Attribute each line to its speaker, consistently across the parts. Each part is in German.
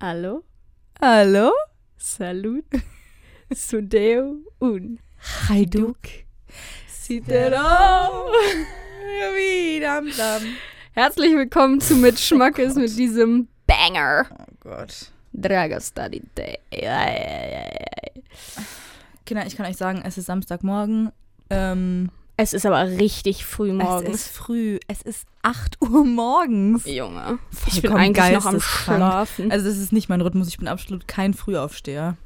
Speaker 1: Allô,
Speaker 2: Allô?
Speaker 1: salut, sudeu un.
Speaker 2: Hajduk. Citero. Wie, dam, dam.
Speaker 1: Herzlich willkommen zu Mit Schmack ist mit diesem Banger.
Speaker 2: Oh Gott.
Speaker 1: Dragostarite. Ja, ja, ja, ja.
Speaker 2: Kinder, ich kann euch sagen, es ist Samstagmorgen. Ähm,
Speaker 1: Es ist aber richtig früh
Speaker 2: Es ist
Speaker 1: morgens.
Speaker 2: früh. Es ist 8 Uhr morgens.
Speaker 1: Junge, ich bin
Speaker 2: Vollkommen
Speaker 1: eigentlich noch am
Speaker 2: geisteskrank.
Speaker 1: Schlafen.
Speaker 2: Also, das ist nicht mein Rhythmus. Ich bin absolut kein Frühaufsteher.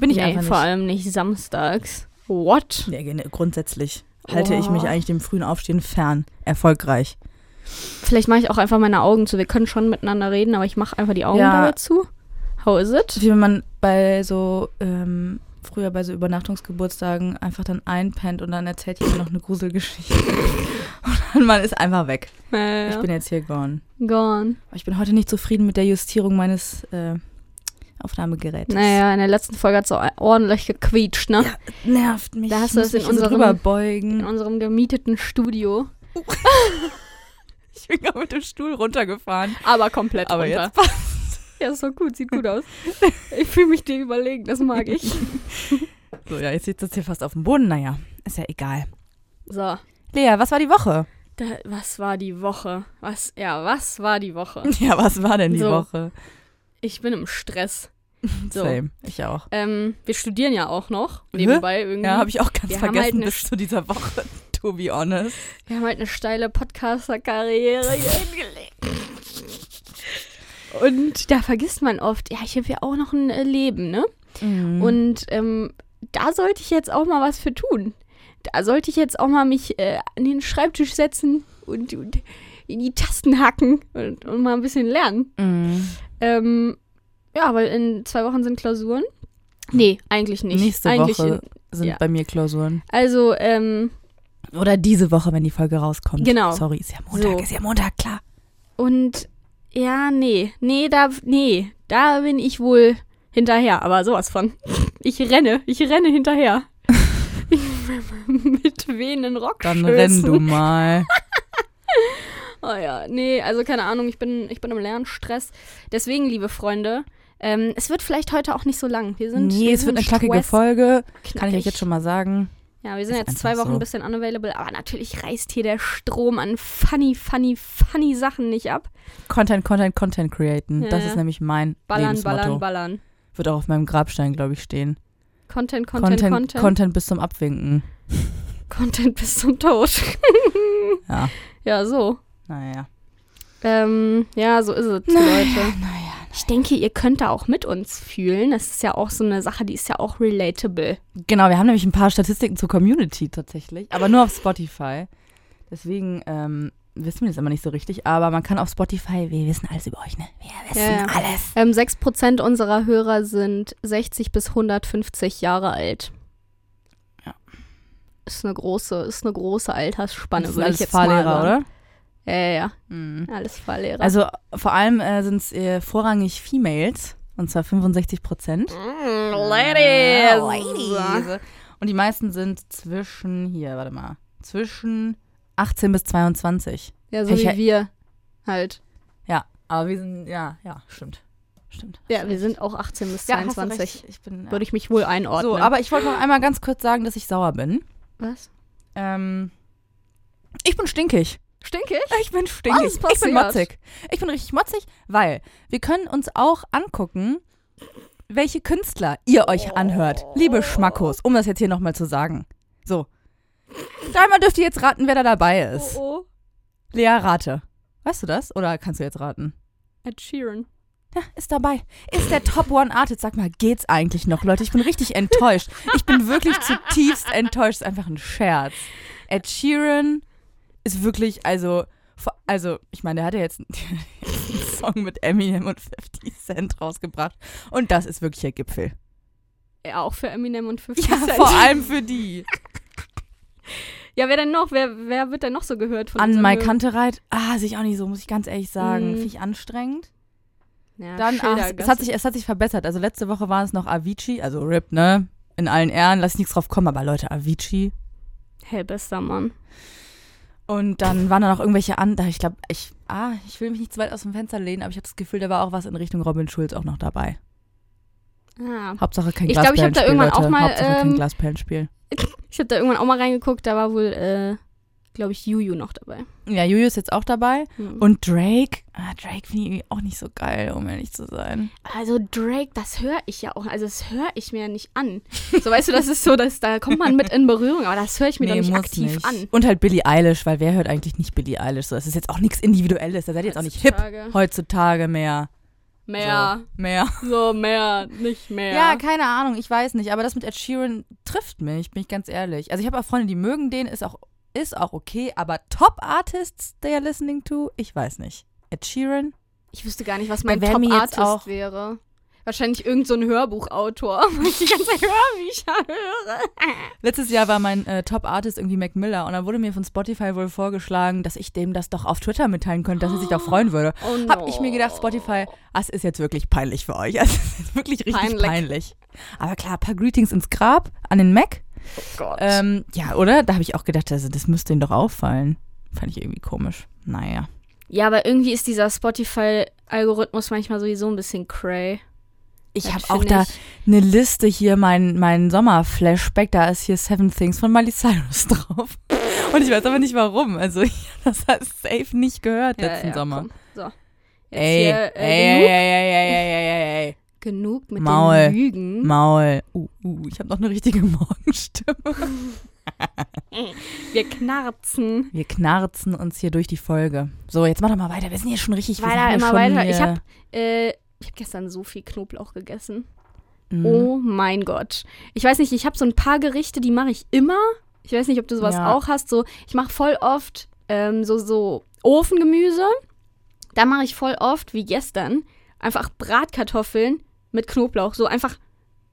Speaker 2: Bin ich
Speaker 1: nee,
Speaker 2: einfach nicht.
Speaker 1: vor allem nicht samstags. What?
Speaker 2: Nee, gen- grundsätzlich halte ich mich
Speaker 1: Oh.
Speaker 2: eigentlich dem frühen Aufstehen fern. Erfolgreich.
Speaker 1: Vielleicht mache ich auch einfach meine Augen zu. Wir können schon miteinander reden, aber ich mache einfach die Augen
Speaker 2: Ja.
Speaker 1: dabei zu. How is it?
Speaker 2: Wie wenn man bei so, ähm, früher bei so Übernachtungsgeburtstagen einfach dann einpennt und dann erzählt jemand noch eine Gruselgeschichte. Und dann man ist einfach weg.
Speaker 1: Äh,
Speaker 2: Ich bin jetzt hier gone.
Speaker 1: gone.
Speaker 2: Aber Ich bin heute nicht zufrieden mit der Justierung meines äh, Aufnahmegerätes.
Speaker 1: Naja, in der letzten Folge hat es auch ordentlich gequietscht, ne?
Speaker 2: Ja, nervt mich.
Speaker 1: Da hast
Speaker 2: Ich
Speaker 1: du
Speaker 2: muss
Speaker 1: es in
Speaker 2: mich hier so
Speaker 1: unserem-
Speaker 2: drüber
Speaker 1: In
Speaker 2: beugen.
Speaker 1: unserem gemieteten Studio.
Speaker 2: Ich bin gerade mit dem Stuhl runtergefahren.
Speaker 1: Aber komplett
Speaker 2: Aber
Speaker 1: runter.
Speaker 2: jetzt passt.
Speaker 1: Ja, ist doch gut, sieht gut aus. Ich fühle mich dir überlegen, das mag ich.
Speaker 2: So, ja, jetzt sitzt das hier fast auf dem Boden. Naja, ist ja egal.
Speaker 1: So,
Speaker 2: Lea, was war die Woche?
Speaker 1: da, was war die Woche? Was, ja, was war die Woche?
Speaker 2: Ja, was war denn die
Speaker 1: So.
Speaker 2: Woche?
Speaker 1: Ich bin im Stress. So.
Speaker 2: Same. Ich auch.
Speaker 1: Ähm, wir studieren ja auch noch,
Speaker 2: Mhm.
Speaker 1: nebenbei irgendwie.
Speaker 2: Ja, habe ich auch ganz
Speaker 1: Wir haben halt
Speaker 2: vergessen
Speaker 1: eine
Speaker 2: bis zu dieser Woche, to be honest.
Speaker 1: Wir haben halt eine steile Podcaster-Karriere hier hingelegt. Und da vergisst man oft, ja, ich habe ja auch noch ein äh, Leben, ne?
Speaker 2: Und
Speaker 1: Und ähm, da sollte ich jetzt auch mal was für tun. Da sollte ich jetzt auch mal mich äh, an den Schreibtisch setzen und, und in die Tasten hacken und, und mal ein bisschen lernen.
Speaker 2: Mhm.
Speaker 1: Ähm, ja, weil in zwei Wochen sind Klausuren. Nee, eigentlich nicht.
Speaker 2: nächste
Speaker 1: eigentlich
Speaker 2: Woche sind
Speaker 1: ja.
Speaker 2: bei mir Klausuren.
Speaker 1: also, ähm,
Speaker 2: Oder diese Woche, wenn die Folge rauskommt.
Speaker 1: Genau.
Speaker 2: Sorry, ist ja Montag,
Speaker 1: So.
Speaker 2: ist ja Montag, klar.
Speaker 1: und ja, nee, nee, da, nee, da bin ich wohl hinterher, aber sowas von. Ich renne, ich renne hinterher. Mit wehenden
Speaker 2: Dann
Speaker 1: Rockschößen.
Speaker 2: renn du mal.
Speaker 1: Oh ja, nee, also keine Ahnung, ich bin, ich bin im Lernstress. Deswegen, liebe Freunde, ähm, es wird vielleicht heute auch nicht so lang. Wir sind,
Speaker 2: nee,
Speaker 1: wir
Speaker 2: es
Speaker 1: sind
Speaker 2: wird eine knackige
Speaker 1: stress-
Speaker 2: Folge. Kann ich euch
Speaker 1: knackig.
Speaker 2: jetzt schon mal sagen.
Speaker 1: Ja, wir sind
Speaker 2: Ist
Speaker 1: jetzt zwei
Speaker 2: einfach
Speaker 1: Wochen
Speaker 2: so.
Speaker 1: ein bisschen unavailable, aber natürlich reißt hier der Strom an funny, funny, funny Sachen nicht ab.
Speaker 2: Content, Content, Content createn.
Speaker 1: Ja,
Speaker 2: das
Speaker 1: ja.
Speaker 2: ist nämlich mein
Speaker 1: Ballern,
Speaker 2: Lebensmotto.
Speaker 1: ballern, ballern.
Speaker 2: Wird auch auf meinem Grabstein, glaube ich, stehen.
Speaker 1: Content, Content, Content. Content,
Speaker 2: Content bis zum Abwinken.
Speaker 1: bis zum Tod.
Speaker 2: Ja,
Speaker 1: ja, so.
Speaker 2: naja.
Speaker 1: Ähm, ja, so ist es, Leute. Ich denke, ihr könnt da auch mit uns fühlen. Das ist ja auch so eine Sache, die ist ja auch relatable.
Speaker 2: Genau, wir haben nämlich ein paar Statistiken zur Community tatsächlich, aber nur auf Spotify. Deswegen ähm, wissen wir das immer nicht so richtig, aber man kann auf Spotify, wir wissen alles über euch, ne? Wir wissen
Speaker 1: Ja, ja.
Speaker 2: alles.
Speaker 1: Ähm, 6% unserer Hörer sind 60 bis 150 Jahre alt.
Speaker 2: Ja.
Speaker 1: Ist eine große, ist eine große Altersspanne,
Speaker 2: das sind
Speaker 1: würde ich
Speaker 2: alles
Speaker 1: jetzt
Speaker 2: Fahrlehrer,
Speaker 1: mal sagen.
Speaker 2: oder?
Speaker 1: Ja, ja,
Speaker 2: Mhm.
Speaker 1: ja, alles Fahrlehrer.
Speaker 2: Also vor allem äh, sind es äh, vorrangig Females, und zwar 65 Prozent. Ah,
Speaker 1: Mm, Ladies.
Speaker 2: Und die meisten sind zwischen, hier, warte mal, zwischen 18 bis 22.
Speaker 1: Ja, so
Speaker 2: Ich-
Speaker 1: wie wir halt.
Speaker 2: Ja, aber wir sind, ja, ja, stimmt. Stimmt.
Speaker 1: Ja, wir sind auch 18 bis
Speaker 2: Ja, hast du
Speaker 1: 22.
Speaker 2: recht. Ich bin, äh, ja.
Speaker 1: Würde ich mich wohl einordnen.
Speaker 2: So, aber ich wollte noch einmal ganz kurz sagen, dass ich sauer bin.
Speaker 1: Was?
Speaker 2: Ähm, ich bin stinkig.
Speaker 1: Stinke ich?
Speaker 2: Ich bin stinkig.
Speaker 1: Was ist
Speaker 2: ich bin
Speaker 1: passiert?
Speaker 2: motzig. Ich bin richtig motzig, weil wir können uns auch angucken, welche Künstler ihr euch anhört. Liebe Schmackos, um das jetzt hier nochmal zu sagen. So. Dreimal dürft ihr jetzt raten, wer da dabei ist.
Speaker 1: Oh, oh.
Speaker 2: Lea, rate. Weißt du das? Oder kannst du jetzt raten?
Speaker 1: Ed Sheeran.
Speaker 2: Ja, ist dabei. Ist der Top One Artist. Sag mal, geht's eigentlich noch, Leute? Ich bin richtig enttäuscht. Ich bin wirklich zutiefst enttäuscht. Ist einfach ein Scherz. Ed Sheeran ist wirklich, also, vor- also, ich meine, der hat ja jetzt einen, einen Song mit Eminem und 50 Cent rausgebracht. Und das ist wirklich der Gipfel.
Speaker 1: Ja, auch für Eminem und 50
Speaker 2: Ja,
Speaker 1: Cent.
Speaker 2: vor allem für die.
Speaker 1: Ja, wer denn noch? Wer, wer wird denn noch so gehört von
Speaker 2: An
Speaker 1: unseren
Speaker 2: Mai
Speaker 1: Hörern?
Speaker 2: Kantereit, ah, sehe ich auch nicht so, muss ich ganz ehrlich sagen.
Speaker 1: Mm.
Speaker 2: Finde ich anstrengend.
Speaker 1: Ja,
Speaker 2: Dann, ach, es- es, hat sich, es hat sich verbessert. Also letzte Woche waren es noch Avicii, also RIP, ne? In allen Ehren, lass ich nichts drauf kommen, aber Leute, Avicii.
Speaker 1: Hey, bester Mann.
Speaker 2: Und dann waren da noch irgendwelche an, da ich glaube, ich, ah, ich will mich nicht zu weit aus dem Fenster lehnen, aber ich habe das Gefühl, da war auch was in Richtung Robin Schulz auch noch dabei.
Speaker 1: Ah.
Speaker 2: Hauptsache kein
Speaker 1: Ich glaub, ich hab da
Speaker 2: Glasperlenspiel,
Speaker 1: irgendwann auch
Speaker 2: Leute.
Speaker 1: mal,
Speaker 2: Hauptsache kein
Speaker 1: ähm,
Speaker 2: Glasperlenspiel.
Speaker 1: Ich habe da irgendwann auch mal reingeguckt, da war wohl, äh, glaube ich, Juju noch dabei.
Speaker 2: Ja, Juju ist jetzt auch dabei.
Speaker 1: Hm.
Speaker 2: Und Drake, ah, Drake finde ich irgendwie auch nicht so geil, um ehrlich zu sein.
Speaker 1: Also Drake, das höre ich ja auch. Also das höre ich mir ja nicht an. So weißt du, das ist so, dass da kommt man mit in Berührung, aber das höre ich mir doch nicht
Speaker 2: muss
Speaker 1: aktiv
Speaker 2: nicht.
Speaker 1: an.
Speaker 2: Und halt Billie Eilish, weil wer hört eigentlich nicht Billie Eilish? So, das ist jetzt auch nichts Individuelles, da seid ihr jetzt auch nicht hip
Speaker 1: Heutzutage.
Speaker 2: heutzutage mehr.
Speaker 1: Mehr,
Speaker 2: So, mehr.
Speaker 1: so mehr, nicht mehr.
Speaker 2: Ja, keine Ahnung, ich weiß nicht, aber das mit Ed Sheeran trifft mich, bin ich ganz ehrlich. Also ich habe auch Freunde, die mögen den, ist auch, ist auch okay, aber Top-Artists they are listening to, ich weiß nicht. Ed Sheeran?
Speaker 1: ich wüsste gar nicht, was
Speaker 2: Bei
Speaker 1: mein
Speaker 2: Wemmy jetzt
Speaker 1: Top-Artist
Speaker 2: auch.
Speaker 1: wäre. Wahrscheinlich irgend so ein Hörbuchautor, weil ich die ganze Zeit Hörbücher höre.
Speaker 2: Letztes Jahr war mein äh, Top-Artist irgendwie Mac Miller und dann wurde mir von Spotify wohl vorgeschlagen, dass ich dem das doch auf Twitter mitteilen könnte, dass er sich doch freuen würde.
Speaker 1: Oh no.
Speaker 2: Hab ich mir gedacht, Spotify, das ist jetzt wirklich peinlich für euch. Das ist jetzt wirklich richtig peinlich.
Speaker 1: Peinlich.
Speaker 2: Aber klar, ein paar Greetings ins Grab an den Mac.
Speaker 1: Oh Gott.
Speaker 2: Ähm, ja, oder? Da habe ich auch gedacht, also das müsste ihnen doch auffallen. Fand ich irgendwie komisch. Naja.
Speaker 1: Ja, aber irgendwie ist dieser Spotify-Algorithmus manchmal sowieso ein bisschen cray.
Speaker 2: Ich habe
Speaker 1: Das
Speaker 2: auch
Speaker 1: find
Speaker 2: da
Speaker 1: ich-
Speaker 2: eine Liste hier, mein, mein Sommer-Flashback, da ist hier Seven Things von Miley Cyrus drauf. Und ich weiß aber nicht warum. Also ich habe das hat safe nicht gehört
Speaker 1: Ja,
Speaker 2: letzten
Speaker 1: ja,
Speaker 2: Sommer.
Speaker 1: komm. So. Jetzt
Speaker 2: Ey,
Speaker 1: hier,
Speaker 2: ey,
Speaker 1: äh,
Speaker 2: ey, ey, ey, ey, ey, ey, ey.
Speaker 1: genug, genug mit
Speaker 2: Maul.
Speaker 1: den Lügen.
Speaker 2: Maul. Uh, uh, ich habe noch eine richtige Morgenstimme.
Speaker 1: Wir knarzen.
Speaker 2: Wir knarzen uns hier durch die Folge. So, jetzt mach doch mal weiter. Wir sind hier schon richtig. wir
Speaker 1: Weiter,
Speaker 2: sind ja
Speaker 1: immer
Speaker 2: schon
Speaker 1: weiter.
Speaker 2: Hier.
Speaker 1: Ich hab- Äh, ich habe gestern so viel Knoblauch gegessen.
Speaker 2: Mhm.
Speaker 1: Oh mein Gott. Ich weiß nicht, ich habe so ein paar Gerichte, die mache ich immer. Ich weiß nicht, ob du sowas
Speaker 2: Ja.
Speaker 1: auch hast. So, ich mache voll oft ähm, so, so Ofengemüse. Da mache ich voll oft, wie gestern, einfach Bratkartoffeln mit Knoblauch. So einfach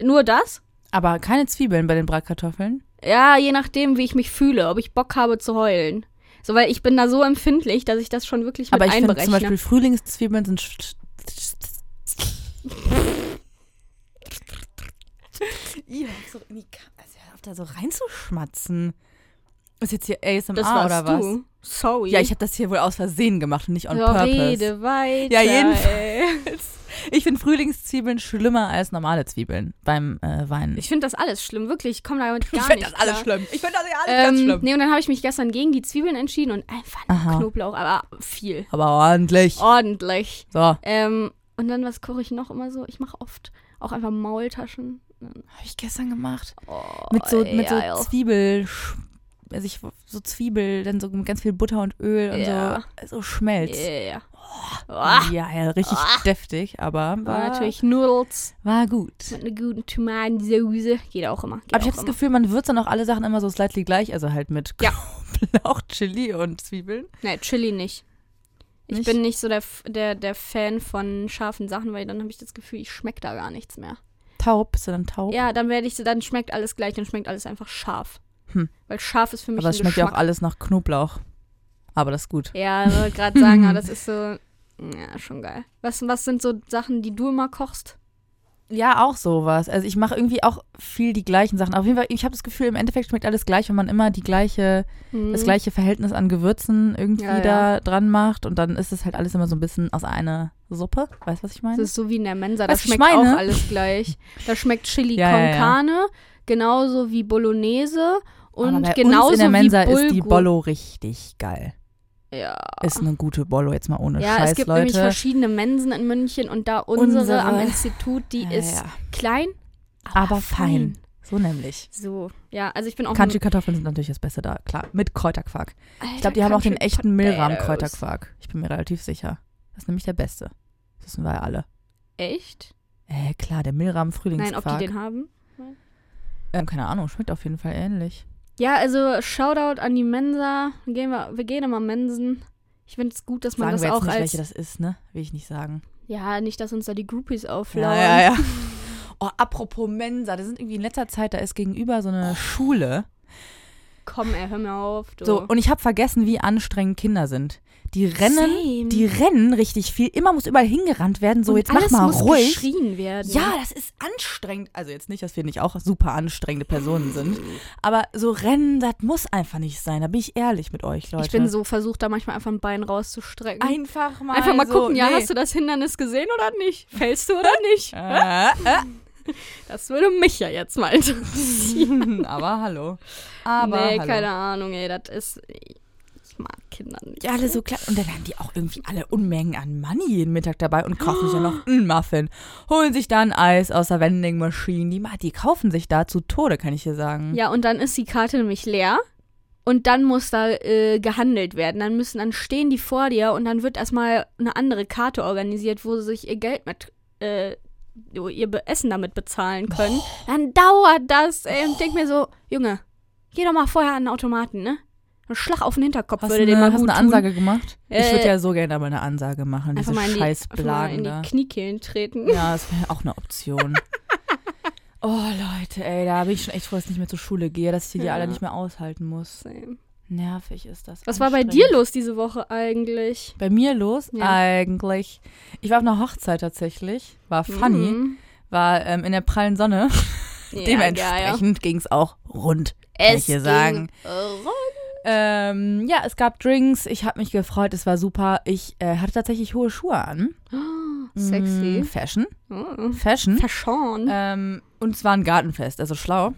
Speaker 1: nur das.
Speaker 2: Aber keine Zwiebeln bei den Bratkartoffeln.
Speaker 1: Ja, je nachdem, wie ich mich fühle, ob ich Bock habe zu heulen. So, weil ich bin da so empfindlich, dass ich das schon wirklich mit
Speaker 2: Aber ich finde
Speaker 1: einberechne.
Speaker 2: zum Beispiel Frühlingszwiebeln sind. sch- Ih, hör auf so in die Kam- also hör auf da so reinzuschmatzen. Ist jetzt hier ASMR
Speaker 1: das warst
Speaker 2: oder was?
Speaker 1: du. Sorry.
Speaker 2: Ja, ich habe das hier wohl aus Versehen gemacht und nicht on
Speaker 1: ja,
Speaker 2: purpose.
Speaker 1: rede weiter.
Speaker 2: Ja, jedenfalls.
Speaker 1: ey.
Speaker 2: Ich finde Frühlingszwiebeln schlimmer als normale Zwiebeln beim äh, Wein.
Speaker 1: Ich finde das alles schlimm, wirklich. Ich komme damit gar nicht
Speaker 2: Ich finde das alles
Speaker 1: klar.
Speaker 2: schlimm. Ich finde das alles ganz
Speaker 1: Ähm,
Speaker 2: schlimm.
Speaker 1: nee, und dann habe ich mich gestern gegen die Zwiebeln entschieden und einfach nur
Speaker 2: Aha.
Speaker 1: Knoblauch, aber viel.
Speaker 2: Aber ordentlich.
Speaker 1: Ordentlich.
Speaker 2: So. Habe
Speaker 1: Ähm, und dann, was koche ich noch immer so? Ich mache oft auch einfach Maultaschen.
Speaker 2: ich gestern gemacht.
Speaker 1: Oh,
Speaker 2: Mit so, mit so
Speaker 1: ja, ja.
Speaker 2: Zwiebel. sch- Also ich, so Zwiebel, dann so mit ganz viel Butter und Öl und
Speaker 1: Ja.
Speaker 2: so. So schmelz.
Speaker 1: Yeah. Oh.
Speaker 2: Ja, ja, richtig
Speaker 1: Ah.
Speaker 2: deftig, aber
Speaker 1: Aber
Speaker 2: war,
Speaker 1: natürlich Noodles
Speaker 2: war gut.
Speaker 1: mit einer guten Tomatensoße. Geht auch immer. Geht auch
Speaker 2: Aber ich habe das
Speaker 1: immer.
Speaker 2: Gefühl, man würzt dann auch alle Sachen immer so slightly gleich, also halt mit
Speaker 1: Ja.
Speaker 2: Knoblauch, Chili und Zwiebeln.
Speaker 1: Nee, Chili nicht. Ich
Speaker 2: Nicht?
Speaker 1: bin nicht so der, F- der, der Fan von scharfen Sachen, weil dann habe ich das Gefühl, ich schmecke da gar nichts mehr.
Speaker 2: Taub, bist du dann taub?
Speaker 1: Ja, dann werde ich so, dann schmeckt alles gleich, dann schmeckt alles einfach scharf.
Speaker 2: Hm.
Speaker 1: Weil scharf ist für mich
Speaker 2: aber
Speaker 1: ein
Speaker 2: es schmeckt ja auch
Speaker 1: Geschmack.
Speaker 2: alles nach Knoblauch. Aber das ist gut.
Speaker 1: Ja, ich wollte gerade sagen, aber das ist so, ja, schon geil. Was, was sind so Sachen, die du immer kochst?
Speaker 2: Ja, auch sowas. Also ich mache irgendwie auch viel die gleichen Sachen. Auf jeden Fall, ich habe das Gefühl, im Endeffekt schmeckt alles gleich, wenn man immer die gleiche,
Speaker 1: Hm.
Speaker 2: das gleiche Verhältnis an Gewürzen irgendwie
Speaker 1: Ja, ja.
Speaker 2: da dran macht. Und dann ist es halt alles immer so ein bisschen aus einer Suppe. Weißt du, was ich
Speaker 1: Das
Speaker 2: meine?
Speaker 1: ist so wie in der Mensa,
Speaker 2: Was
Speaker 1: das
Speaker 2: ich
Speaker 1: schmeckt
Speaker 2: meine?
Speaker 1: auch alles gleich. Da schmeckt Chili
Speaker 2: Ja, ja,
Speaker 1: con
Speaker 2: ja.
Speaker 1: Carne, genauso wie Bolognese
Speaker 2: Aber
Speaker 1: und
Speaker 2: bei
Speaker 1: genauso
Speaker 2: uns in der Mensa
Speaker 1: wie Bulgur.
Speaker 2: ist die Bollo richtig geil.
Speaker 1: Ja.
Speaker 2: Ist eine gute Bollo, jetzt mal ohne
Speaker 1: Ja,
Speaker 2: Scheiß,
Speaker 1: es gibt nämlich
Speaker 2: Leute.
Speaker 1: verschiedene Mensen in München und da unsere,
Speaker 2: Unsere.
Speaker 1: am Institut, die
Speaker 2: ja,
Speaker 1: ist
Speaker 2: ja.
Speaker 1: klein, aber,
Speaker 2: Aber fein. So nämlich.
Speaker 1: So, ja, also ich bin auch
Speaker 2: Country-Kartoffeln sind natürlich das Beste da, klar. Mit Kräuterquark.
Speaker 1: Alter,
Speaker 2: Ich glaube, die haben auch den
Speaker 1: Country Potatoes.
Speaker 2: echten Mehlrahm-Kräuterquark. Ich bin mir relativ sicher. Das ist nämlich der beste. Das wissen wir ja alle.
Speaker 1: Echt?
Speaker 2: Äh, klar, der Mehlrahmen
Speaker 1: Nein, ob
Speaker 2: Frühlingsquark.
Speaker 1: die den haben?
Speaker 2: ähm, keine Ahnung, schmeckt auf jeden Fall ähnlich.
Speaker 1: Ja, also Shoutout an die Mensa. Gehen wir, wir gehen immer Mensen. Ich finde es gut, dass man
Speaker 2: Sagen
Speaker 1: das
Speaker 2: wir jetzt
Speaker 1: auch
Speaker 2: nicht,
Speaker 1: als.
Speaker 2: welche das ist, ne? Will ich nicht sagen.
Speaker 1: ja, nicht, dass uns da die Groupies auflauern.
Speaker 2: ja. Oh, apropos Mensa, da sind irgendwie in letzter Zeit, da ist gegenüber so eine Schule.
Speaker 1: komm, ey, hör mir auf. Du.
Speaker 2: So, und ich habe vergessen, wie anstrengend Kinder sind. Die rennen,
Speaker 1: Same.
Speaker 2: die rennen richtig viel. Immer muss überall hingerannt werden. So,
Speaker 1: Und
Speaker 2: jetzt mach
Speaker 1: alles
Speaker 2: mal
Speaker 1: muss
Speaker 2: ruhig.
Speaker 1: geschrien werden.
Speaker 2: Ja, das ist anstrengend. Also jetzt nicht, dass wir nicht auch super anstrengende Personen sind. Aber so rennen, das muss einfach nicht sein. Da bin ich ehrlich mit euch, Leute.
Speaker 1: ich bin so versucht, da manchmal einfach ein Bein rauszustrecken.
Speaker 2: einfach mal.
Speaker 1: Einfach mal
Speaker 2: so,
Speaker 1: gucken, ja,
Speaker 2: nee.
Speaker 1: hast du das Hindernis gesehen oder nicht? Fällst du oder nicht?
Speaker 2: Äh, äh.
Speaker 1: Das würde mich ja jetzt mal interessieren.
Speaker 2: äh. Aber hallo. Aber
Speaker 1: nee,
Speaker 2: hallo.
Speaker 1: keine Ahnung, ey, das ist. Ich mag Kinder nicht.
Speaker 2: Ja, alle so klein. Und dann haben die auch irgendwie alle Unmengen an Money jeden Mittag dabei und kaufen sich dann noch einen Muffin. Holen sich da ein Eis aus der Vending Machine. Die, ma- die kaufen sich da zu Tode, kann ich dir sagen.
Speaker 1: Ja, und dann ist die Karte nämlich leer. Und dann muss da äh, gehandelt werden. Dann müssen, dann stehen die vor dir und dann wird erstmal eine andere Karte organisiert, wo sie sich ihr Geld mit, äh, wo ihr Be- Essen damit bezahlen können. Dann dauert das, ey. Und ich denk mir so, Junge, geh doch mal vorher an den Automaten, ne? Ein Schlag auf den Hinterkopf
Speaker 2: Hast
Speaker 1: würde
Speaker 2: du
Speaker 1: dem mal
Speaker 2: eine, hast
Speaker 1: gut
Speaker 2: eine Ansage gemacht? ich würde
Speaker 1: Äh,
Speaker 2: ja so gerne aber eine Ansage
Speaker 1: tun.
Speaker 2: machen. Diese
Speaker 1: Einfach mal in die,
Speaker 2: scheiß
Speaker 1: einfach mal in
Speaker 2: Blagen da.
Speaker 1: die Kniekehlen treten.
Speaker 2: Ja, das wäre auch eine Option. oh, Leute, ey, da bin ich schon echt froh, dass ich nicht mehr zur Schule gehe, dass ich die
Speaker 1: Ja.
Speaker 2: alle nicht mehr aushalten muss. Nervig ist das.
Speaker 1: Was war bei
Speaker 2: anstrengend.
Speaker 1: dir los diese Woche eigentlich?
Speaker 2: Bei mir los?
Speaker 1: Ja.
Speaker 2: Eigentlich. Ich war auf einer Hochzeit tatsächlich. War funny.
Speaker 1: Mhm.
Speaker 2: War ähm, in der prallen Sonne.
Speaker 1: Ja, geil.
Speaker 2: Dementsprechend ging es auch rund. kann ich
Speaker 1: Es
Speaker 2: dir
Speaker 1: ging
Speaker 2: sagen.
Speaker 1: rum.
Speaker 2: Ähm, ja, es gab Drinks. Ich habe mich gefreut. Es war super. Ich äh, hatte tatsächlich hohe Schuhe an.
Speaker 1: Oh,
Speaker 2: Mm,
Speaker 1: Sexy.
Speaker 2: Fashion. Mhm.
Speaker 1: Oh.
Speaker 2: Fashion.
Speaker 1: Verschorn.
Speaker 2: Ähm, und es war ein Gartenfest, also schlau.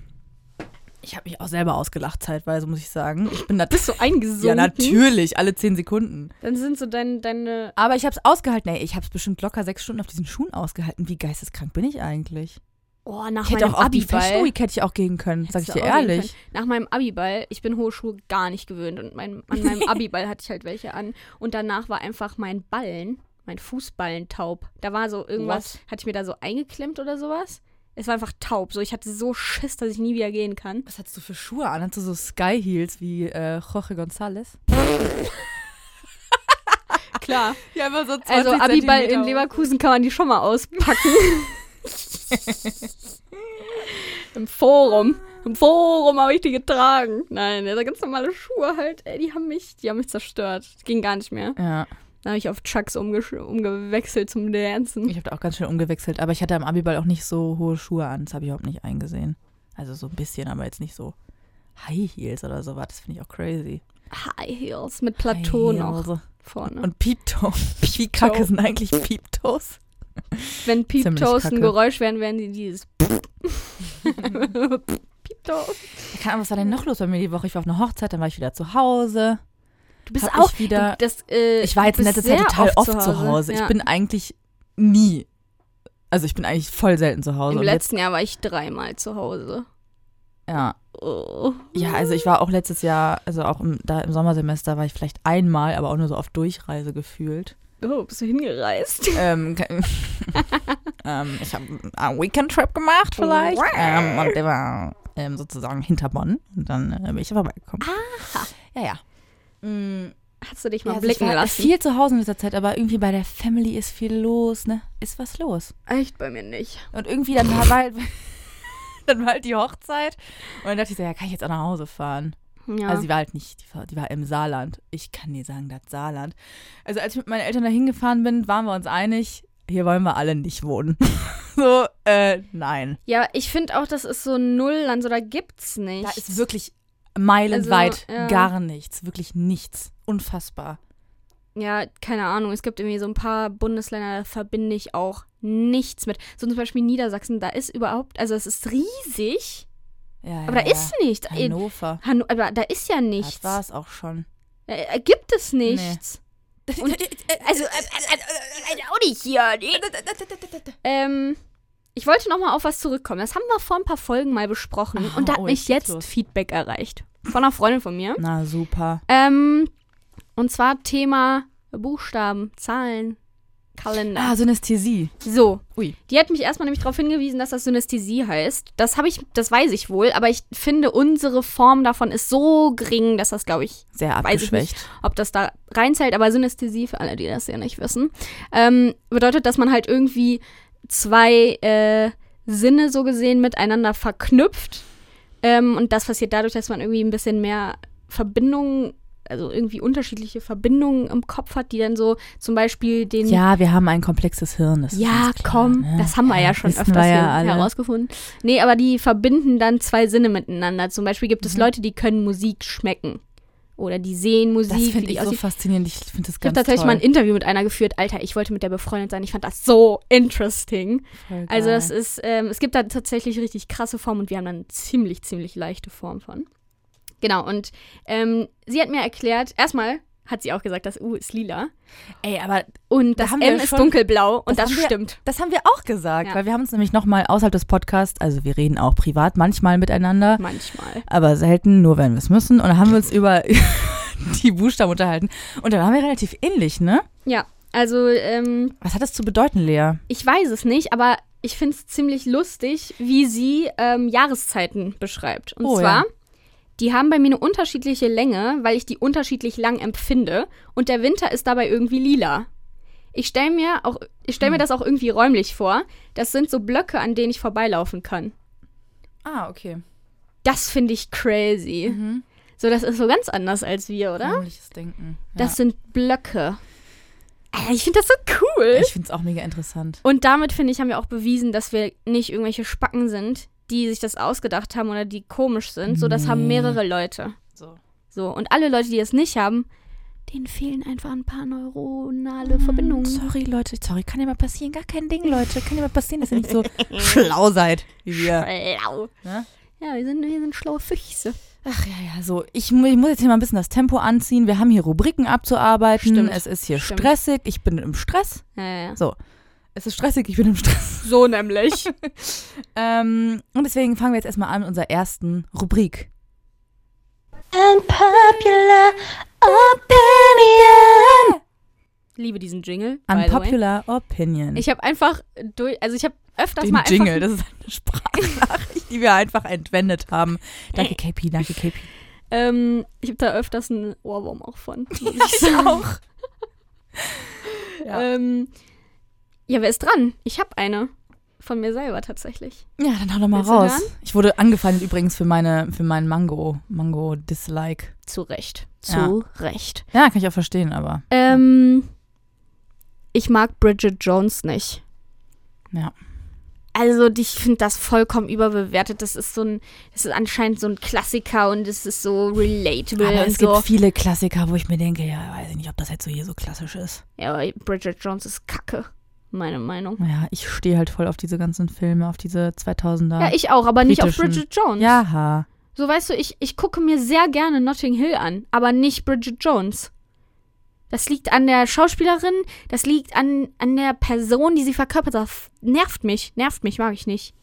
Speaker 2: Ich habe mich auch selber ausgelacht zeitweise, muss ich sagen. Ich bin da
Speaker 1: Bist du eingesunken?
Speaker 2: ja natürlich alle zehn Sekunden.
Speaker 1: Dann sind so deine, deine
Speaker 2: Aber ich habe es ausgehalten. Ey, ich habe es bestimmt locker sechs Stunden auf diesen Schuhen ausgehalten. Wie geisteskrank bin ich eigentlich?
Speaker 1: oh, nach
Speaker 2: ich hätte
Speaker 1: meinem
Speaker 2: auch auf die Fashion
Speaker 1: Abiball.
Speaker 2: Week hätte ich auch gehen können, sag ich
Speaker 1: Hättest du
Speaker 2: dir
Speaker 1: auch gehen
Speaker 2: ehrlich.
Speaker 1: können. Nach meinem Abiball, ich bin hohe Schuhe gar nicht gewöhnt und mein, an meinem Abiball hatte ich halt welche an und danach war einfach mein Ballen, mein Fußballen taub. Da war so irgendwas, hatte ich mir da so eingeklemmt oder sowas. Es war einfach taub, so ich hatte so Schiss, dass ich nie wieder gehen kann.
Speaker 2: Was hattest du für Schuhe an? Hattest du so Sky Heels wie äh, Jorge González?
Speaker 1: Klar.
Speaker 2: Ja, immer so 20
Speaker 1: Also Abiball in Leverkusen kann man die schon mal auspacken. Im Forum. Im Forum habe ich die getragen. Nein, das sind ganz normale Schuhe halt. Ey, die haben mich, die haben mich zerstört. Das ging gar nicht mehr.
Speaker 2: Ja,
Speaker 1: Dann habe ich auf Chucks umgesch- umgewechselt zum Dancen.
Speaker 2: ich habe da auch ganz schön umgewechselt, aber ich hatte am Abiball auch nicht so hohe Schuhe an. Das habe ich überhaupt nicht eingesehen. Also so ein bisschen, aber jetzt nicht so High Heels oder sowas. Das finde ich auch crazy.
Speaker 1: High Heels mit Plateau
Speaker 2: High
Speaker 1: noch
Speaker 2: Heels.
Speaker 1: vorne.
Speaker 2: Und Pieptoe. Wie kacke sind eigentlich Pieptoes?
Speaker 1: Wenn Peep
Speaker 2: ziemlich
Speaker 1: Toes ein
Speaker 2: kacke.
Speaker 1: Geräusch wären, wären die dieses Peep Toes.
Speaker 2: Keine Ahnung, was war denn noch los bei mir die Woche? Ich war auf einer Hochzeit, dann war ich wieder zu Hause.
Speaker 1: Du bist
Speaker 2: Hab
Speaker 1: auch
Speaker 2: ich wieder-
Speaker 1: du- Das, äh,
Speaker 2: Ich war jetzt in
Speaker 1: du
Speaker 2: letzter
Speaker 1: bist
Speaker 2: Zeit
Speaker 1: sehr
Speaker 2: total oft, zu Hause.
Speaker 1: Ja.
Speaker 2: Ich bin eigentlich nie. Also ich bin eigentlich voll selten zu Hause.
Speaker 1: Im
Speaker 2: Und jetzt,
Speaker 1: letzten Jahr war ich dreimal zu Hause.
Speaker 2: ja.
Speaker 1: Oh.
Speaker 2: ja, also ich war auch letztes Jahr, also auch im, da im Sommersemester war ich vielleicht einmal, aber auch nur so auf Durchreise gefühlt.
Speaker 1: Oh, bist du hingereist?
Speaker 2: ähm, ke- ähm, ich habe einen Weekend-Trip gemacht vielleicht. ähm, und der war ähm, sozusagen hinter Bonn. Und dann äh, bin ich vorbeigekommen. Ja, ja. Mm.
Speaker 1: Hast du dich mal
Speaker 2: Ja, also ich
Speaker 1: Ah. blicken
Speaker 2: war
Speaker 1: lassen?
Speaker 2: viel zu Hause in dieser Zeit, aber irgendwie bei der Family ist viel los, ne? Ist was los.
Speaker 1: Echt bei mir nicht.
Speaker 2: Und irgendwie dann war halt, dann war halt die Hochzeit und dann dachte ich so, ja, kann ich jetzt auch nach Hause fahren?
Speaker 1: Ja.
Speaker 2: Also die war halt nicht, die war, die war im Saarland. Ich kann dir sagen, das Saarland. Also als ich mit meinen Eltern da hingefahren bin, waren wir uns einig, hier wollen wir alle nicht wohnen. so, äh, nein.
Speaker 1: ja, ich finde auch, das ist so ein Nullland, so da gibt's nicht.
Speaker 2: Da ist wirklich meilenweit
Speaker 1: Also, ja.
Speaker 2: gar nichts, wirklich nichts. Unfassbar.
Speaker 1: ja, keine Ahnung. Es gibt irgendwie so ein paar Bundesländer, da verbinde ich auch nichts mit. So zum Beispiel Niedersachsen, da ist überhaupt, also es ist riesig,
Speaker 2: Ja,
Speaker 1: aber
Speaker 2: ja,
Speaker 1: da ist nichts. Äh,
Speaker 2: Hannover.
Speaker 1: Hanno aber da ist ja
Speaker 2: Das
Speaker 1: nichts.
Speaker 2: war es auch schon.
Speaker 1: Äh, äh, gibt es nichts. Und- Also, äh, äh, äh, äh, auch nicht hier. Nee. Ähm, ich wollte noch mal auf was zurückkommen. Das haben wir vor ein paar Folgen mal besprochen.
Speaker 2: Aha,
Speaker 1: und da hat
Speaker 2: oh, jetzt
Speaker 1: mich jetzt
Speaker 2: geht's los.
Speaker 1: Feedback erreicht. Von einer Freundin von mir.
Speaker 2: Na super.
Speaker 1: Ähm, und zwar Thema Buchstaben, Zahlen, Kalender.
Speaker 2: Ah, Synästhesie.
Speaker 1: So.
Speaker 2: Ui.
Speaker 1: Die hat mich erstmal nämlich darauf hingewiesen, dass das Synästhesie heißt. Das habe ich, das weiß ich wohl, aber ich finde, unsere Form davon ist so gering, dass das, glaube ich,
Speaker 2: Sehr
Speaker 1: Weiß ich nicht.
Speaker 2: abgeschwächt.
Speaker 1: ob das da reinzählt, aber Synästhesie, für alle, die das ja nicht wissen, ähm, bedeutet, dass man halt irgendwie zwei äh, Sinne so gesehen miteinander verknüpft Ähm, und das passiert dadurch, dass man irgendwie ein bisschen mehr Verbindungen, also irgendwie unterschiedliche Verbindungen im Kopf hat, die dann so zum Beispiel den.
Speaker 2: Ja, wir haben ein komplexes Hirn. Das ist
Speaker 1: Ja,
Speaker 2: ganz klar,
Speaker 1: komm,
Speaker 2: ne?
Speaker 1: das haben wir ja schon
Speaker 2: wissen
Speaker 1: öfters
Speaker 2: wir ja
Speaker 1: hier
Speaker 2: alle.
Speaker 1: herausgefunden. Nee, aber die verbinden dann zwei Sinne miteinander. Zum Beispiel gibt
Speaker 2: Mhm.
Speaker 1: es Leute, die können Musik schmecken. Oder die sehen Musik.
Speaker 2: Das
Speaker 1: wie
Speaker 2: finde
Speaker 1: die
Speaker 2: ich so
Speaker 1: aussieht.
Speaker 2: faszinierend. Ich finde das
Speaker 1: ich habe
Speaker 2: ganz
Speaker 1: tatsächlich
Speaker 2: toll.
Speaker 1: mal ein Interview mit einer geführt. Alter, ich wollte mit der befreundet sein. Ich fand das so interesting.
Speaker 2: Voll
Speaker 1: Also
Speaker 2: geil.
Speaker 1: das ist, ähm, es gibt da tatsächlich richtig krasse Formen und wir haben dann ziemlich, ziemlich leichte Form von. Genau, und ähm, sie hat mir erklärt, erstmal hat sie auch gesagt, das U ist lila
Speaker 2: Ey, aber
Speaker 1: und
Speaker 2: Da
Speaker 1: das
Speaker 2: haben wir
Speaker 1: M ist
Speaker 2: schon-
Speaker 1: dunkelblau und das,
Speaker 2: das haben wir-
Speaker 1: stimmt.
Speaker 2: das haben wir auch gesagt,
Speaker 1: Ja.
Speaker 2: weil wir haben uns nämlich nochmal außerhalb des Podcasts, also wir reden auch privat manchmal miteinander,
Speaker 1: Manchmal.
Speaker 2: aber selten, nur wenn wir es müssen. Und dann haben wir uns über die Buchstaben unterhalten. Und dann waren wir relativ ähnlich, ne?
Speaker 1: Ja, also ähm,
Speaker 2: Was hat das zu bedeuten, Lea?
Speaker 1: ich weiß es nicht, aber ich finde es ziemlich lustig, wie sie ähm, Jahreszeiten beschreibt. Und
Speaker 2: Oh,
Speaker 1: zwar,
Speaker 2: ja.
Speaker 1: die haben bei mir eine unterschiedliche Länge, weil ich die unterschiedlich lang empfinde und der Winter ist dabei irgendwie lila. Ich stelle mir, auch, ich
Speaker 2: Hm.
Speaker 1: stell mir das auch irgendwie räumlich vor. Das sind so Blöcke, an denen ich vorbeilaufen kann.
Speaker 2: Ah, okay.
Speaker 1: Das finde ich crazy.
Speaker 2: Mhm.
Speaker 1: So, das ist so ganz anders als wir, oder?
Speaker 2: Ähnliches Denken.
Speaker 1: Das sind Blöcke. Alter, ich finde das so cool.
Speaker 2: Ich finde es auch mega interessant.
Speaker 1: Und damit, finde ich, haben wir auch bewiesen, dass wir nicht irgendwelche Spacken sind, die sich das ausgedacht haben oder die komisch sind. So, das haben
Speaker 2: Nee.
Speaker 1: mehrere Leute.
Speaker 2: So.
Speaker 1: So, und alle Leute, die das nicht haben, denen fehlen einfach ein paar neuronale
Speaker 2: Mhm.
Speaker 1: Verbindungen.
Speaker 2: Mm, Sorry, Leute, sorry, kann ja mal passieren. Gar kein Ding, Leute. Kann ja mal passieren, dass ihr nicht so schlau seid wie wir.
Speaker 1: Schlau.
Speaker 2: Ne?
Speaker 1: Ja, wir sind, wir sind schlaue Füchse.
Speaker 2: Ach ja, ja, so. Ich, mu- ich muss jetzt hier mal ein bisschen das Tempo anziehen. Wir haben hier Rubriken abzuarbeiten.
Speaker 1: Stimmt.
Speaker 2: Es ist hier
Speaker 1: Stimmt.
Speaker 2: stressig. Ich bin im Stress.
Speaker 1: Ja, ja, ja.
Speaker 2: Es ist stressig, ich bin im Stress.
Speaker 1: So nämlich.
Speaker 2: Ähm, und deswegen fangen wir jetzt erstmal an mit unserer ersten Rubrik.
Speaker 3: Unpopular opinion.
Speaker 1: Liebe diesen Jingle. by the way.
Speaker 2: Unpopular Opinion.
Speaker 1: Ich habe einfach durch, also ich habe öfters
Speaker 2: Den
Speaker 1: mal einfach
Speaker 2: Jingle, das ist eine Sprachnachricht, die wir einfach entwendet haben. Danke, KP, danke, KP.
Speaker 1: Ähm, ich habe da öfters einen Ohrwurm auch von. muss ich sagen.
Speaker 2: auch. Ja.
Speaker 1: Ähm, ja, wer ist dran? Ich habe eine. Von mir selber tatsächlich.
Speaker 2: Ja, dann hau doch mal
Speaker 1: Willst du
Speaker 2: raus.
Speaker 1: hören?
Speaker 2: Ich wurde angefeindet übrigens für meine für meinen Mango Mango Dislike.
Speaker 1: Zu Recht. Zu
Speaker 2: Ja.
Speaker 1: Recht.
Speaker 2: Ja, kann ich auch verstehen, aber
Speaker 1: Ähm, ich mag Bridget Jones nicht.
Speaker 2: Ja.
Speaker 1: Also, die- ich finde das vollkommen überbewertet. Das ist so ein, das ist anscheinend so ein Klassiker und es ist so relatable.
Speaker 2: aber es
Speaker 1: und so.
Speaker 2: gibt viele Klassiker, wo ich mir denke, ja, weiß ich nicht, ob das jetzt so hier so klassisch ist.
Speaker 1: ja, aber Bridget Jones ist kacke. Meine Meinung.
Speaker 2: Ja, ich stehe halt voll auf diese ganzen Filme, auf diese 2000er.
Speaker 1: Ja, ich auch, aber nicht auf
Speaker 2: Britischen.
Speaker 1: Bridget Jones.
Speaker 2: ja, ha.
Speaker 1: So, weißt du, ich, ich gucke mir sehr gerne Notting Hill an, aber nicht Bridget Jones. Das liegt an der Schauspielerin, das liegt an, an der Person, die sie verkörpert. Das nervt mich, nervt mich, mag ich nicht.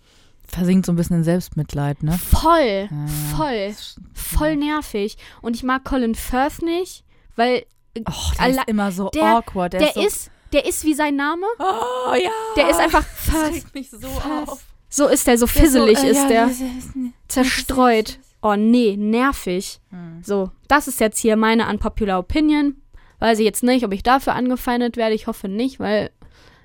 Speaker 2: versinkt so ein bisschen in Selbstmitleid, ne?
Speaker 1: Voll,
Speaker 2: Ja.
Speaker 1: voll, voll nervig. Und ich mag Colin Firth nicht, weil
Speaker 2: Och, der
Speaker 1: Alle-
Speaker 2: ist immer so
Speaker 1: der-
Speaker 2: awkward. Der,
Speaker 1: der
Speaker 2: so,
Speaker 1: ist, der ist wie sein Name,
Speaker 2: Oh ja.
Speaker 1: der ist einfach
Speaker 2: Das
Speaker 1: Firth.
Speaker 2: regt mich so
Speaker 1: Firth.
Speaker 2: auf.
Speaker 1: So ist der, so fizzelig
Speaker 2: Der so, äh,
Speaker 1: ist
Speaker 2: ja,
Speaker 1: der,
Speaker 2: das ist-
Speaker 1: zerstreut. Oh nee, nervig.
Speaker 2: Hm.
Speaker 1: So, das ist jetzt hier meine unpopular Opinion. Weiß ich jetzt nicht, ob ich dafür angefeindet werde. Ich hoffe nicht, weil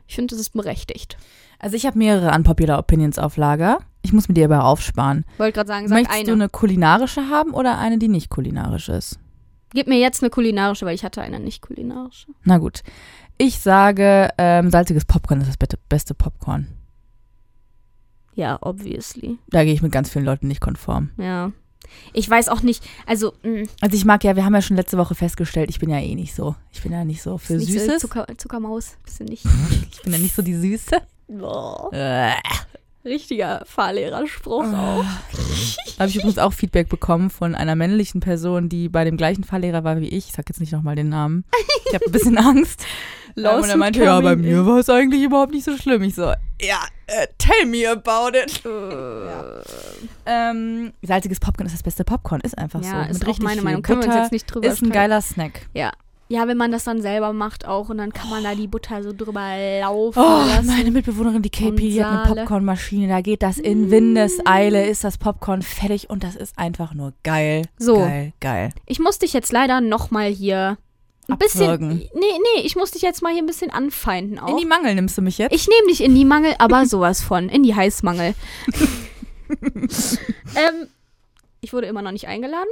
Speaker 1: ich finde, es ist berechtigt.
Speaker 2: Also ich habe mehrere unpopular Opinions auf Lager. Ich muss mir die aber aufsparen.
Speaker 1: Wollte gerade sagen, sag
Speaker 2: Möchtest
Speaker 1: eine.
Speaker 2: du ne- eine kulinarische haben oder eine, die nicht kulinarisch ist?
Speaker 1: Gib mir jetzt eine kulinarische, weil ich hatte eine nicht kulinarische.
Speaker 2: Na gut. Ich sage, ähm, salziges Popcorn ist das bitte- beste Popcorn.
Speaker 1: Ja, obviously.
Speaker 2: Da gehe ich mit ganz vielen Leuten nicht konform.
Speaker 1: Ja. Ich weiß auch nicht, also mh,
Speaker 2: Also ich mag ja, wir haben ja schon letzte Woche festgestellt, ich bin ja eh nicht so. Ich bin ja nicht so für
Speaker 1: nicht So
Speaker 2: Süßes.
Speaker 1: Zucker, Zuckermaus, bisschen nicht.
Speaker 2: ich bin ja nicht so die Süße.
Speaker 1: Boah.
Speaker 2: Äh.
Speaker 1: Richtiger Fahrlehrerspruch
Speaker 2: Ah.
Speaker 1: auch.
Speaker 2: Da habe ich übrigens auch Feedback bekommen von einer männlichen Person, die bei dem gleichen Fahrlehrer war wie ich. Ich sag jetzt nicht nochmal den Namen. Ich habe ein bisschen Angst. Ähm, Und er
Speaker 1: Lawsuit
Speaker 2: meinte, ja, bei
Speaker 1: coming
Speaker 2: mir war es eigentlich überhaupt nicht so schlimm. Ich so, ja, äh, tell me about it.
Speaker 1: Äh,
Speaker 2: Ähm, salziges Popcorn ist das beste Popcorn, ist einfach so.
Speaker 1: Ja, ist
Speaker 2: Mit
Speaker 1: auch
Speaker 2: richtig
Speaker 1: meine
Speaker 2: viel
Speaker 1: Meinung. Können wir uns
Speaker 2: Butter.
Speaker 1: jetzt nicht drüber
Speaker 2: Ist ein
Speaker 1: streiten.
Speaker 2: geiler Snack.
Speaker 1: Ja, wenn man das dann selber macht auch und dann kann man da die Butter so drüber laufen
Speaker 2: Oh,
Speaker 1: lassen.
Speaker 2: meine Mitbewohnerin, die KP, die hat eine
Speaker 1: Saale.
Speaker 2: Popcornmaschine. Da geht das in Windeseile, ist das Popcorn fertig und das ist einfach nur geil.
Speaker 1: So.
Speaker 2: Geil, geil.
Speaker 1: Ich muss dich jetzt leider nochmal hier ein
Speaker 2: Abwürgen.
Speaker 1: bisschen. Nee, nee, ich muss dich jetzt mal hier ein bisschen anfeinden
Speaker 2: In
Speaker 1: auch.
Speaker 2: die Mangel nimmst du mich jetzt?
Speaker 1: Ich nehme dich in die Mangel, aber sowas von. In die Heißmangel. ähm, Ich wurde immer noch nicht eingeladen.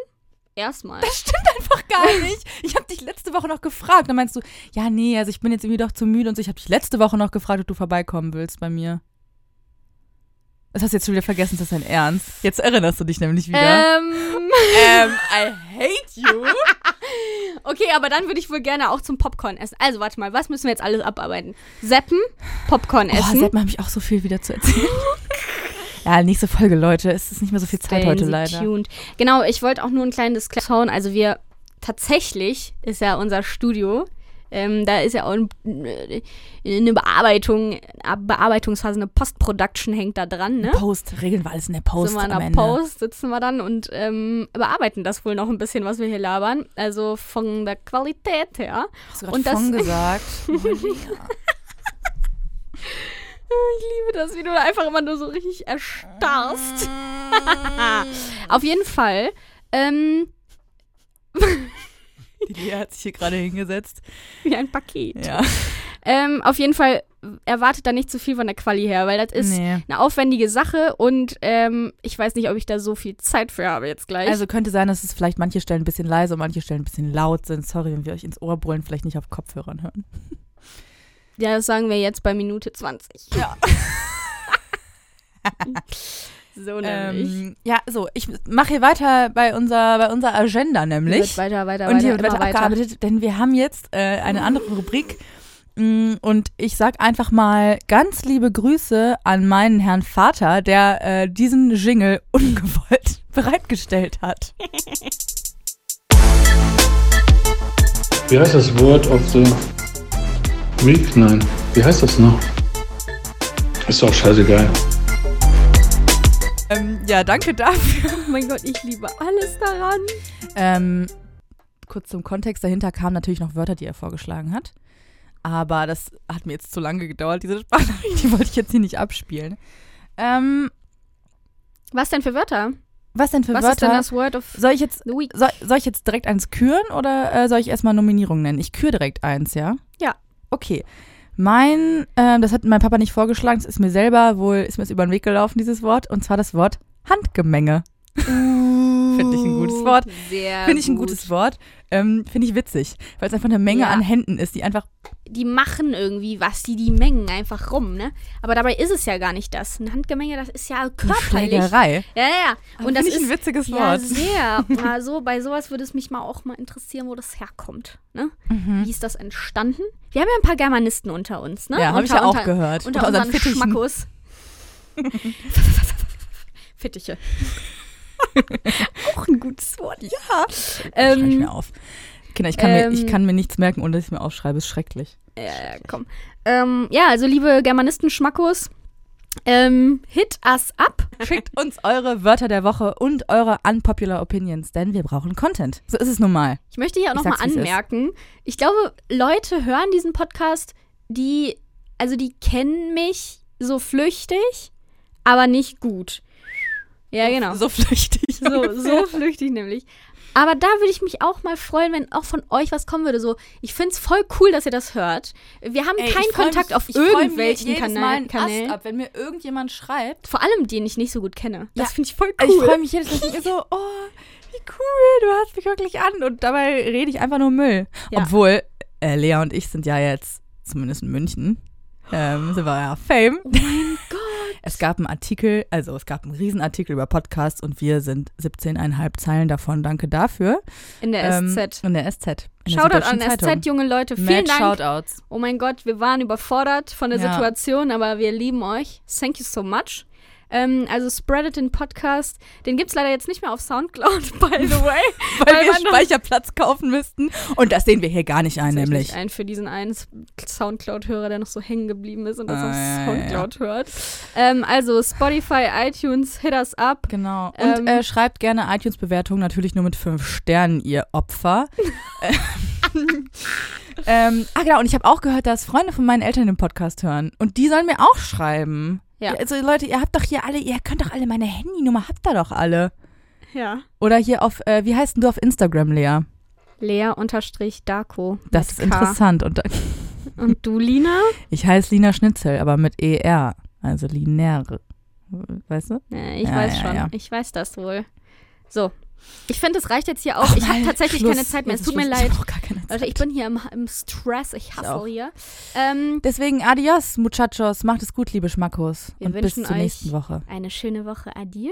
Speaker 1: Erstmal.
Speaker 2: Das stimmt einfach gar nicht. Ich habe dich letzte Woche noch gefragt. Dann meinst du, ja, nee, also ich bin jetzt irgendwie doch zu müde und so. Ich habe dich letzte Woche noch gefragt, ob du vorbeikommen willst bei mir. Das hast du jetzt schon wieder vergessen, das ist dein Ernst. Jetzt erinnerst du dich nämlich wieder.
Speaker 1: Ähm, Ah,
Speaker 2: Ähm, I hate you.
Speaker 1: okay, aber dann würde ich wohl gerne auch zum Popcorn essen. Also warte mal, was müssen wir jetzt alles abarbeiten? Seppen, Popcorn
Speaker 2: Boah,
Speaker 1: essen.
Speaker 2: Sepp, habe ich auch so viel wieder zu erzählen. ja, nächste Folge, Leute. Es ist nicht mehr so viel Zeit
Speaker 1: Stayen
Speaker 2: heute
Speaker 1: Sie
Speaker 2: leider.
Speaker 1: Tuned. Genau, ich wollte auch nur ein kleines Disclaimer. Also wir tatsächlich ist ja unser Studio. Ähm, da ist ja auch ein, äh, eine Bearbeitung, äh, Bearbeitungsphase, eine Post-Production hängt da dran, ne?
Speaker 2: Post, regeln wir alles in der Post
Speaker 1: sind wir in
Speaker 2: am
Speaker 1: der
Speaker 2: Ende.
Speaker 1: Post, sitzen wir dann und ähm, bearbeiten das wohl noch ein bisschen, was wir hier labern. Also von der Qualität her.
Speaker 2: Hast du grad
Speaker 1: Und das-
Speaker 2: von gesagt? Ja.
Speaker 1: Ich liebe das, wie du da einfach immer nur so richtig erstarrst.
Speaker 2: Mm.
Speaker 1: Auf jeden Fall. Ähm,
Speaker 2: Die Lea hat sich hier gerade hingesetzt.
Speaker 1: wie ein Paket.
Speaker 2: Ja.
Speaker 1: Ähm, auf jeden Fall erwartet da nicht zu viel von der Quali her, weil das ist
Speaker 2: nee.
Speaker 1: eine aufwendige Sache und ähm, ich weiß nicht, ob ich da so viel Zeit für habe jetzt gleich.
Speaker 2: Also könnte sein, dass es vielleicht manche Stellen ein bisschen leise und manche Stellen ein bisschen laut sind. Sorry, wenn wir euch ins Ohr brüllen, vielleicht nicht auf Kopfhörern hören.
Speaker 1: ja, das sagen wir jetzt bei Minute 20.
Speaker 2: Ja.
Speaker 1: so nämlich.
Speaker 2: Ähm, ja, so, ich mache hier weiter bei unserer, bei unserer Agenda nämlich.
Speaker 1: Wird weiter, weiter,
Speaker 2: und
Speaker 1: weiter,
Speaker 2: hier wird
Speaker 1: immer
Speaker 2: weiter abgearbeitet, denn wir haben jetzt äh, eine andere Rubrik. Mm, Und ich sag einfach mal ganz liebe Grüße an meinen Herrn Vater, der äh, diesen Jingle ungewollt bereitgestellt hat.
Speaker 3: Wie heißt das Wort of the Week? Nein. Wie heißt das noch? Ist doch scheißegal.
Speaker 2: Ähm, ja, danke dafür.
Speaker 1: Oh mein Gott, ich liebe alles daran.
Speaker 2: Ähm, kurz zum Kontext, dahinter kamen natürlich noch Wörter, die er vorgeschlagen hat. Aber das hat mir jetzt zu lange gedauert, diese Sprachnachricht. Die wollte ich jetzt hier nicht abspielen. Ähm,
Speaker 1: Was denn für Wörter?
Speaker 2: was denn für
Speaker 1: Was
Speaker 2: Wörter?
Speaker 1: ist denn das Word of
Speaker 2: soll ich jetzt
Speaker 1: the Week?
Speaker 2: Soll, soll ich jetzt direkt eins küren oder äh, soll ich erstmal Nominierung nennen? Ich küre direkt eins, ja?
Speaker 1: Ja.
Speaker 2: Okay. Mein, ähm, das hat mein Papa nicht vorgeschlagen, es ist mir selber wohl, ist mir es über den Weg gelaufen, dieses Wort, und zwar das Wort Handgemenge.
Speaker 1: Uh.
Speaker 2: Finde ich ein gutes Wort.
Speaker 1: Sehr
Speaker 2: Finde ich ein
Speaker 1: gut.
Speaker 2: gutes Wort. Ähm, Finde ich witzig, weil es einfach eine Menge
Speaker 1: Ja.
Speaker 2: an Händen ist, die einfach.
Speaker 1: die machen irgendwie was, die die mengen einfach rum, ne? Aber dabei ist es ja gar nicht das. Ein Handgemenge, das ist ja
Speaker 2: Eine
Speaker 1: körperlich. Ja,
Speaker 2: Schlägerei.
Speaker 1: ja.
Speaker 2: Aber
Speaker 1: Und das
Speaker 2: Finde ich
Speaker 1: ist
Speaker 2: ein witziges
Speaker 1: ja
Speaker 2: Wort.
Speaker 1: sehr. Also bei sowas würde es mich mal auch mal interessieren, wo das herkommt, ne?
Speaker 2: Mhm.
Speaker 1: Wie ist das entstanden? Wir haben ja ein paar Germanisten unter uns, ne?
Speaker 2: Ja, habe
Speaker 1: unter,
Speaker 2: ich ja auch
Speaker 1: unter,
Speaker 2: gehört.
Speaker 1: Unter, unseren
Speaker 2: Fittichen.
Speaker 1: Schmackus. Fittiche. auch ein gutes Wort. Ja.
Speaker 2: Schreibe ich
Speaker 1: Ähm,
Speaker 2: mir auf. Kinder, ich kann, mir, ich
Speaker 1: ähm,
Speaker 2: kann mir nichts merken, ohne dass ich es mir aufschreibe. Ist schrecklich.
Speaker 1: Ja, ja, komm. Ähm, ja, also liebe Germanisten-Schmackos, ähm, hit us up.
Speaker 2: Schickt uns eure Wörter der Woche und eure unpopular Opinions, denn wir brauchen Content. So ist es nun mal.
Speaker 1: Ich möchte hier auch
Speaker 2: Ich
Speaker 1: nochmal
Speaker 2: sag's, wie's ist.
Speaker 1: anmerken, ich glaube, Leute hören diesen Podcast, die, also die kennen mich so flüchtig, aber nicht gut. Ja, genau.
Speaker 2: So flüchtig.
Speaker 1: So, so flüchtig nämlich. Aber da würde ich mich auch mal freuen, wenn auch von euch was kommen würde. So, ich finde es voll cool, dass ihr das hört. Wir haben keinen Kontakt auf irgendwelchen Kanä- Kanälen.
Speaker 2: ab, wenn mir irgendjemand schreibt.
Speaker 1: Vor allem den ich nicht so gut kenne. Das
Speaker 2: Ja.
Speaker 1: finde ich voll cool.
Speaker 2: Ich freue mich jedes Mal ich bin so, oh, wie cool, du hast mich wirklich an. Und dabei rede ich einfach nur Müll.
Speaker 1: Ja.
Speaker 2: Obwohl, äh, Lea und ich sind ja jetzt, zumindest in München, ähm, sind wir ja Fame.
Speaker 1: Oh mein Gott.
Speaker 2: Es gab einen Artikel, also es gab einen Riesenartikel über Podcasts und wir sind 17,5 Zeilen davon. Danke dafür.
Speaker 1: In der
Speaker 2: Ähm,
Speaker 1: SZ.
Speaker 2: In der SZ. In der
Speaker 1: Shoutout an
Speaker 2: Süddeutschen Zeitung.
Speaker 1: SZ, junge Leute.
Speaker 2: Mad
Speaker 1: Vielen Dank.
Speaker 2: Shoutouts.
Speaker 1: Oh mein Gott, wir waren überfordert von der
Speaker 2: Ja.
Speaker 1: Situation, aber wir lieben euch. Thank you so much. Ähm, also spread it in Podcast. Den gibt's leider jetzt nicht mehr auf Soundcloud, by the way.
Speaker 2: Weil,
Speaker 1: Weil
Speaker 2: wir
Speaker 1: man-
Speaker 2: Speicherplatz kaufen müssten. Und das sehen wir hier gar nicht ein,
Speaker 1: Tatsächlich
Speaker 2: nämlich.
Speaker 1: Ein für diesen einen S- Soundcloud-Hörer, der noch so hängen geblieben ist und das
Speaker 2: Ah,
Speaker 1: auf
Speaker 2: ja, ja,
Speaker 1: Soundcloud hört. Ähm, also Spotify, iTunes, hit us up.
Speaker 2: Genau. Und
Speaker 1: Ähm.
Speaker 2: äh, schreibt gerne iTunes-Bewertungen, natürlich nur mit fünf Sternen, ihr Opfer. ähm, ah, genau. Und ich habe auch gehört, dass Freunde von meinen Eltern den Podcast hören. Und die sollen mir auch schreiben.
Speaker 1: Ja.
Speaker 2: Also, Leute, ihr habt doch hier alle, ihr könnt doch alle meine Handynummer, habt ihr doch alle.
Speaker 1: Ja.
Speaker 2: Oder hier auf, äh, wie heißt denn du auf Instagram, Lea?
Speaker 1: Lea unterstrich Darko.
Speaker 2: Das
Speaker 1: mit
Speaker 2: ist
Speaker 1: K.
Speaker 2: interessant. Und äh,
Speaker 1: Und du, Lina?
Speaker 2: Ich heiße Lina Schnitzel, aber mit E ER. Also Linäre. Weißt du?
Speaker 1: Äh, Ich
Speaker 2: Ja,
Speaker 1: weiß
Speaker 2: ja,
Speaker 1: schon.
Speaker 2: ja.
Speaker 1: Ich weiß das wohl. So. Ich finde, das reicht jetzt hier auch. ich habe
Speaker 2: Mann,
Speaker 1: tatsächlich
Speaker 2: Oh Schluss.
Speaker 1: keine Zeit mehr. Es
Speaker 2: Jetzt
Speaker 1: tut mir
Speaker 2: Schluss. Ich
Speaker 1: leid.
Speaker 2: hab auch gar keine Zeit.
Speaker 1: Leute, ich bin hier im, im Stress. Ich hasse
Speaker 2: auch.
Speaker 1: hier. Ähm,
Speaker 2: Deswegen adios, Muchachos. Macht es gut, liebe Schmackos.
Speaker 1: Wir
Speaker 2: und bis
Speaker 1: wünschen
Speaker 2: zur
Speaker 1: euch-
Speaker 2: nächsten Woche.
Speaker 1: eine schöne Woche. Adieu.